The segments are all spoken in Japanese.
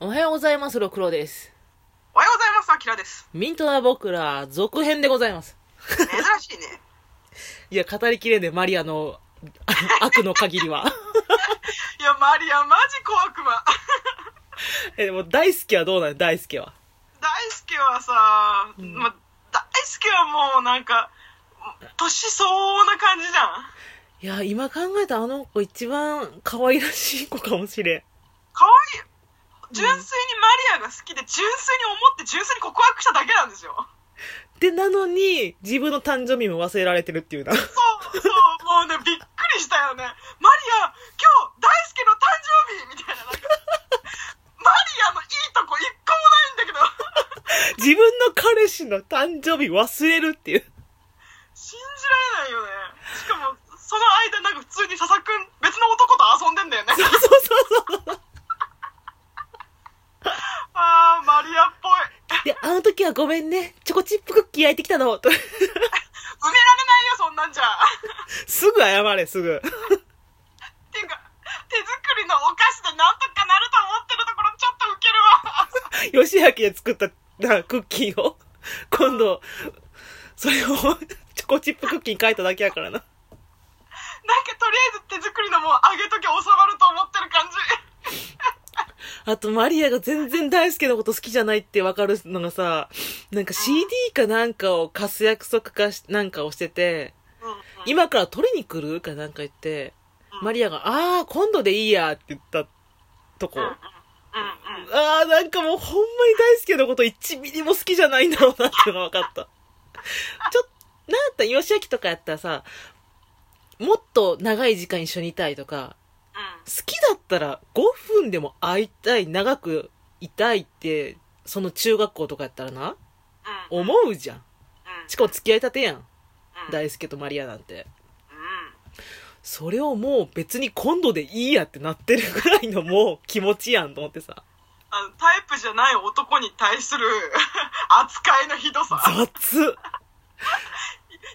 おはようございます、ろくろです。おはようございます、アキラです。ミントな僕ら、続編でございます。珍し いね。いや、語りきれねえ、マリアの、あ悪の限りは。いや、マリア、マジ小悪魔。え、でも、大好きはどうなの大好きは。 大輔はさ、ま、大輔はもうなんか、年相応な感じじゃん。いや、今考えたらあの子一番可愛らしい子かもしれん。可愛い純粋にマリアが好きで、純粋に思って、純粋に告白しただけなんですよ。で、なのに、自分の誕生日も忘れられてるっていうな。そう、そう、もうね、びっくりしたよね。マリア、今日、大輔の誕生日みたいな、 なんか、マリアのいいとこ一個もないんだけど、自分の彼氏の誕生日忘れるっていう。信じられないよね。しかも、その間、なんか普通に笹くん、別の男と遊んでんだよ ね。そうそうそうそう。あー、マリアっぽい。いや、あの時はごめんね。チョコチップクッキー焼いてきたの。と埋められないよ、そんなんじゃ。っすぐ謝れ、すぐ。ていうか、手作りのお菓子でなんとかなると思ってるところ、ちょっとウケるわ。 吉明で作ったなクッキーを、 今度、それを チョコチップクッキーに変えただけやからな。なんか、とりあえず手作りのもう、あげとき収まると思ってる感じ。あと、マリアが全然大輔のこと好きじゃないってわかるのがさ、なんか CD かなんかを貸す約束かし、なんかをしてて、うんうん、今から取りに来るかなんか言って、うんマリアが、あー、今度でいいやって言ったとこ。あうんうん。ー、なんかもうほんまに大輔のこと1ミリも好きじゃないんだろうなっていうのが分かった。ちょっと、なんだったら、吉明とかやったらさ、もっと長い時間一緒にいたいとか、うん好きだったら5分でも会いたい、長くいたいって、その中学校とかやったらな、うん。思うじゃん。うんしかも付き合いたてやん。うん大輔とマリアなんて。うんそれをもう別に今度でいいやってなってるぐらいのもう気持ちやんと思ってさ。あのタイプじゃない男に対する 扱いのひどさ雑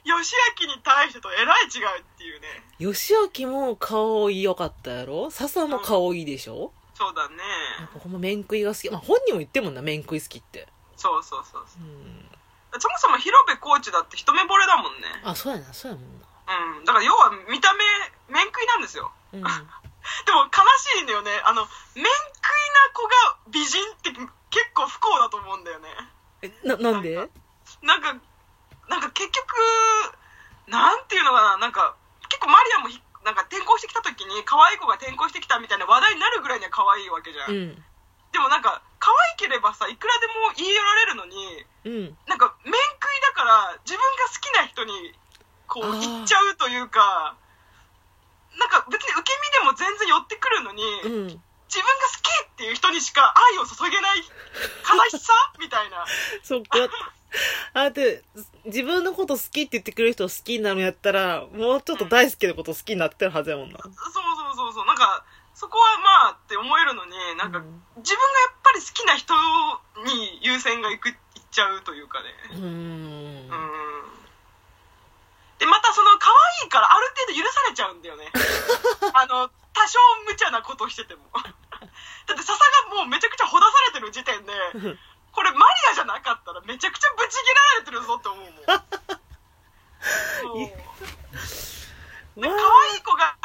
義明に対してとえらい違うっていうね吉明も顔良かったやろ笹も顔いいでしょそうだねなんかほんま面食いが好き。まあ本人も言ってもんな、面食い好きって。そうそうそうそううん。そもそも広部コーチだって一目惚れだもんねあ、そうやな、そうやもんな。うんだから要は見た目面食いなんですようん。でも悲しいんだよねあの面食いな子が美人って結構不幸だと思うんだよねえ、な、なんでなんかなんか結局なんていうのかななんか結構マリアもひなんか転校してきた時に可愛い子が転校してきたみたいな話題になるぐらいには可愛いわけじゃ、うんん。でもなんか可愛ければさいくらでも言い寄られるのうにん。なんか面食いだから自分が好きな人にこあうー行っちゃうというかなんか別に受け身でも全然寄ってくるのうに、ん。自分が好きっていう人にしか愛を注げない悲 しさみたいなそっか。あ、で、自分のこと好きって言ってくれる人を好きになるんやったら、もうちょっと大好きなこと好きになってるはずやもんな。そうそうそうそうなんかそこはまあって思えるのになんかう自分がんやっぱり好きな人に優先がいくいっちゃうというかね。うーん。うんでまたその可愛いからある程度許されちゃうんだよねあの多少無茶なことしててもだって笹がもうめちゃくちゃほだされてる時点でこれマリアじゃなかったらめちゃくちゃブチ切られてるぞって思うもんそうま可あ、愛い子が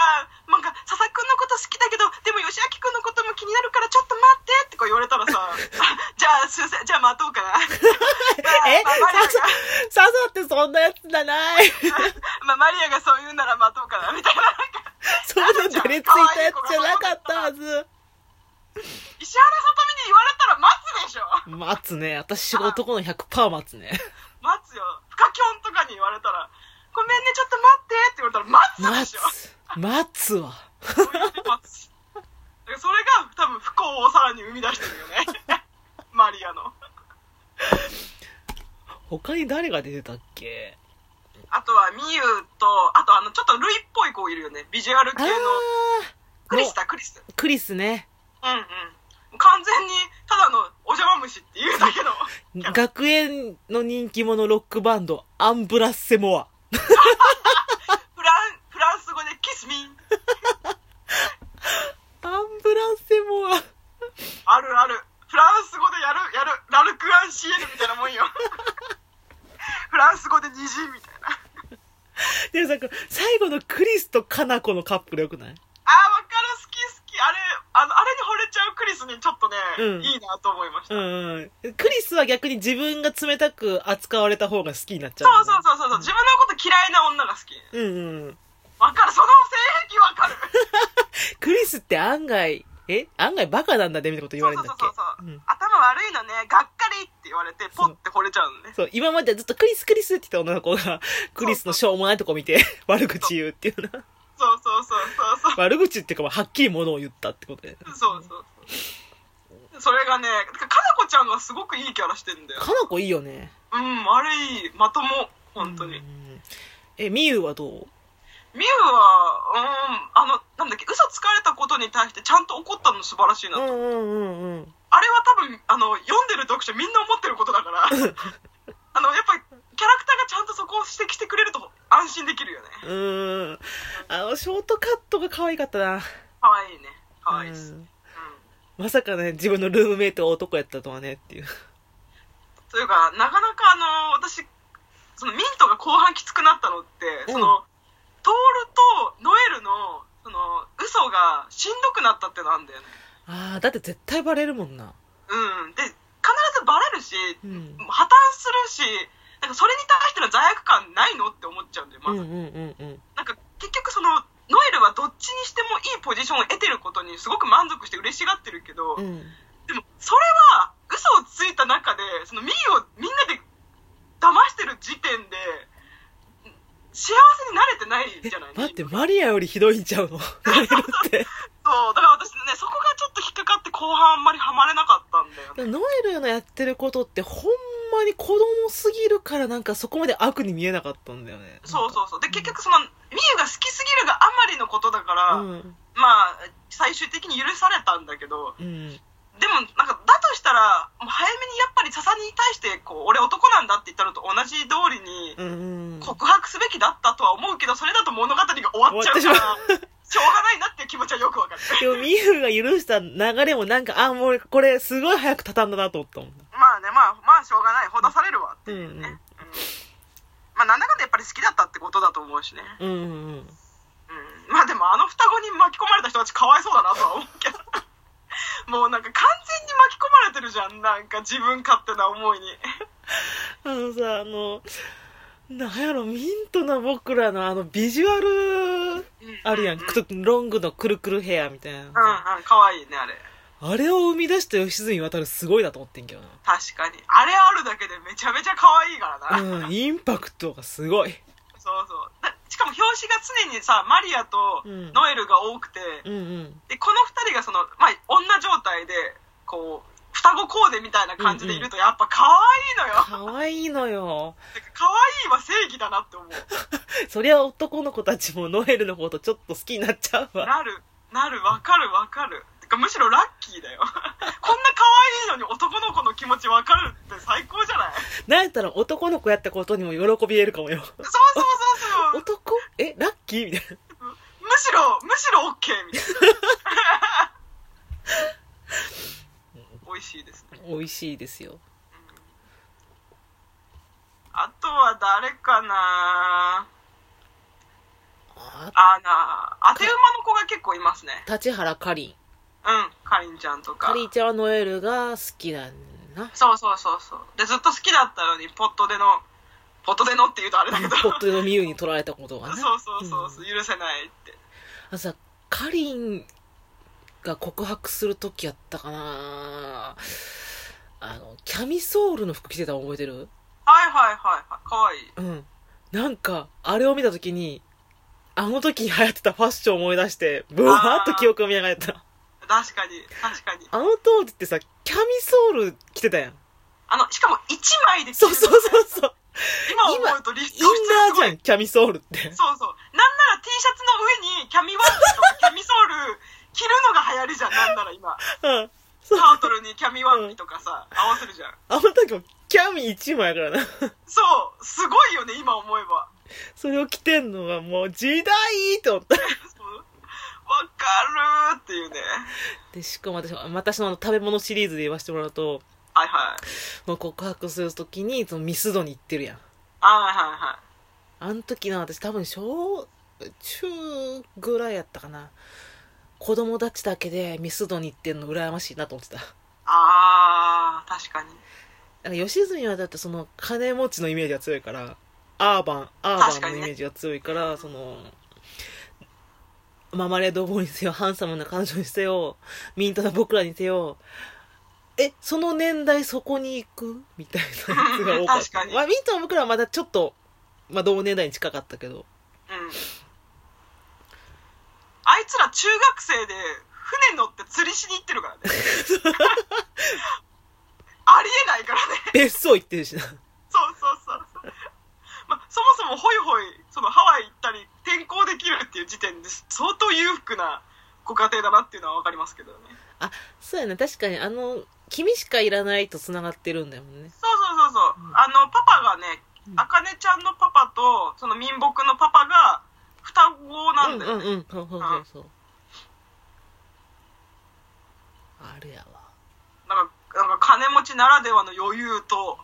なんか笹くんのこと好きだけどでも吉明くんのことも気になるからちょっと待ってってこう言われたらさあじゃあすいませんじゃあ待とうかなえまあマリア笹が笹ってそんなやつじゃ ない。 まあ、マリアがそう言うなら待とうかなみたいななんかそんな照れついたやつじゃなかったはず。石原さとみに言われたら待つでしょ待つね。私男の100%待つね。待つよフカキョンとかに言われたらごめんねちょっと待ってって言われたら待待つでしつ ょ。待つわ。そう言って待つだからそれが多分不幸をさらに生み出してるよ ねマリアの他に誰が出てたっけあとはミユとあとあのちょっとルイっぽい子いるよねビジュアル系あのー。クリスだクリスだクリスね。うんうん完全にただのお邪魔虫っていうだけの学園の人気者ロックバンド、アンブラッセモア。フランフランス語でキスミンアンブラッセモア。あるある CN みたいなもん よフランス語で虹みたいなでもさ、最後のクリスとカナコのカップルよくないあーわかる好き好きあれあのあれに惚れちゃうクリスにちょっとね、うんいいなと思いました、うんうん。クリスは逆に自分が冷たく扱われた方が好きになっちゃう、そうそうそうそう、う自分のこと嫌いな女が好きう。うんうん。わかるその性癖わかるクリスって案外、え案外バカなんだねみたいなこと言われるんだっけそうそうそうそう、ん頭悪いのねがっかりって言われてポッて惚れちゃうのねそう、今までずっとクリスクリスって言った女の子 が、クリスのしょうもないとこ見て、悪口言うっていう な。そうそうそうそうそう悪口っていうか、まあはっきりものを言ったってことで。そうそうそうそれがねかかなこちゃんがすごくいいキャラしてんだよかなこいいよね。うんあれいいまとも本当に、うんえ、みゆはどうミウはうんあのなんだっけ嘘つかれたことに対してちゃんと怒ったの素晴らしいなうと、んうんうんうん。あれは多分あの読んでる読者みんな思ってることだか らあのやっぱりキャラクターがちゃんとそこを指摘してくれると安心できるよねうーん。あの、ショートカットが可愛かったな。可愛いね可愛いでうす、うんんまさかね、自分のルームメイトが男やったとはねっていう。 というかなかなかあの私そのミントが後半きつくなったのって、そうんのトールとノエルのその嘘がしんどくなったってなんだよねああ、だって絶対バレるもんな。うんで必ずバレるしうん。破綻するしなんかそれに対しての罪悪感ないのって思っちゃうんだよ、うまんうずんうんうん。なんか結局そのノエルはどっちにしてもいいポジションを得てることにすごく満足して嬉しがってるけど、うん。でもそれは嘘をついた中でそのミーをみんなで騙してる時点で幸せになれてないじゃない待って、マリアよりひどいんちゃうのなれるって。そうだから私ねそこがちょっと引っかかって後半あんまりハマれなかったんだよねノエルのやってることってほんまに子供すぎるからなんかそこまで悪に見えなかったんだよね。そうそうそうで結局そのミーが好きすぎるがあまりのことだから、うん。まあ最終的に許されたんだけどうん。でもなんかだとしたらもう早めにやっぱり笹に対してこう俺男なんだって言ったのと同じ通りにうんうん。告白すべきだったとは思うけどそれだと物語が終わっちゃうからし終ょわうってしがないなっていう気持ちはよくわかるでも、ミユが許した流れもなんか、あ、もうこれすごい早く畳んだなと思ったもんな。まあねまあまあしょうがないほだされるわってういんうね、うんまあなんだかんだやっぱり好きだったってことだと思うしね、うん。うんうんうん。うん、まあでもあの双子に巻き込まれた人たちかわいそうだなとは思うけど もうなんか完全に巻き込まれてるじゃんなんか自分勝手な思いにあのさ、あの、なんやろ、ミントな僕らのあのビジュアル、 あるやん。うん、うん、うんくロングのくるくるヘアみたいな。かわいいねあれあれを生み出した吉住渉すごいなと思ってんけどな。確かにあれあるだけでめちゃめちゃ可愛いからな、うん、インパクトがすごい。そうそうだしかも表紙が常にさマリアとうんノエルが多くて、うんうん。でこの2人がその、まあ、女状態でこう双子コーデみたいな感じでいるとやっぱ可愛いのよ、かわいいのよ。なんか可愛いは正義だなって思うそりゃ男の子たちもノエルのことちょっと好きになっちゃうわ。なるなるわかるわかるてかむしろラッキーだよ こんな可愛いのに男の子の気持ちわかるって最高じゃないなんやったら男の子やったことにも喜び得るかもよ。そうそうそうそう 男え、ラッキーみたいな。むしろむしろ OK みたい な美味しいですね美味しいですよ。あとは誰かなああな当て馬の子が結構いますね立原かりん。うんかりんちゃんとかかりんちゃんはノエルが好きなんだな。そうそうそうそうでずっと好きだったのにポットでのポットでのって言うとあれだけどポットのミユに取られたことがね。 そうそうそうそう、許せないってあさ、かりんが告白するときやったかなあの、キャミソールの服着てたの覚えてるはいはいはいはいかわいいうん。なんか、あれを見たときに、あの時に流行ってたファッションを思い出して、ブワーっと記憶が見上がった。確かに確かにあの当時ってさ、キャミソール着てたやん。あのしかも1枚で着そるうそうそうそう。今思うと理イ想ンナーじゃんん、キャミソールって。そうそうなんなら T シャツの上にキャミワンピとかキャミソール着るのが流行りじゃんなんなら今うん。そう。タートルにキャミワンピとかさ合わせるじゃんあの時もキャミ一枚やからな。そうすごいよね今思えば それを着てんのがもう時代と思った。そうわかるーっていうねでしかも私私のあの食べ物シリーズで言わせてもらうとはいはい。まあ告白するときに、そのミスドに行ってるやん。あはいはいはい。あの時な、私多分小、中ぐらいやったかな。子供たちだけでミスドに行ってんの羨ましいなと思ってた。ああ、確かに。なんか吉住はだってその金持ちのイメージが強いから、アーバン、アー確バかンにのイねメージが強いから、その、ママレードボーイにせよ、ハンサムな彼女にせよ、ミントな僕らにせよ、え、その年代そこに行くみたいなやつが多かっ 確た。かにまあ、ミントな僕らはまだちょっと、まあ、同年代に近かったけど、うん。あいつら中学生で船乗って釣りしに行って るからね。ありえないからね。別荘行ってるしな。そうそうそうそう。まあ、そもそもホイホイ、そのハワイ行ったり転校できるっていう時点で相当裕福なご家庭だなっていうのはわかりますけどね。あ、そうやな、確かにあの、君しかいらないと繋がってるんだもんね。そうそうそうそう、あのパパがねうんあかねちゃんのパパとその民僕のパパが双子なんだよね、うんうんうんそうそうそうそうあるやわなんかなんか金持ちならではの余裕と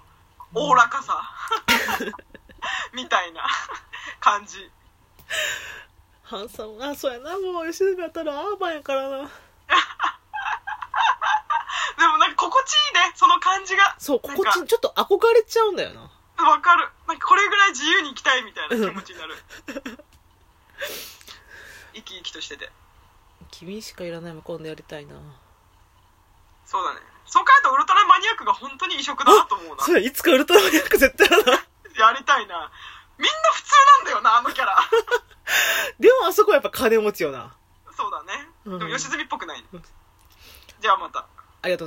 おおら かさ、みたいな感じハンサムあそうやなもう吉住やったらアーバンやからなでもなんか心地いいねその感じがそうここなんちちょっと憧れちゃうんだよなかわかるなんかこれぐらい自由に生きたいみたいな気持ちになる 生き生きとしてて君しかいらないも今度やりたいなそうだねそう考えるとウルトラマニアックが本当に異色だなと思うなそれいつかウルトラマニアック絶対やなやりたいな。みんな普通なんだよな、あのキ ャラ。でもあそこはやっぱ金持ちよなそうだね。うんでも、吉住っぽくないね、うんじゃあまた。ありがとうございます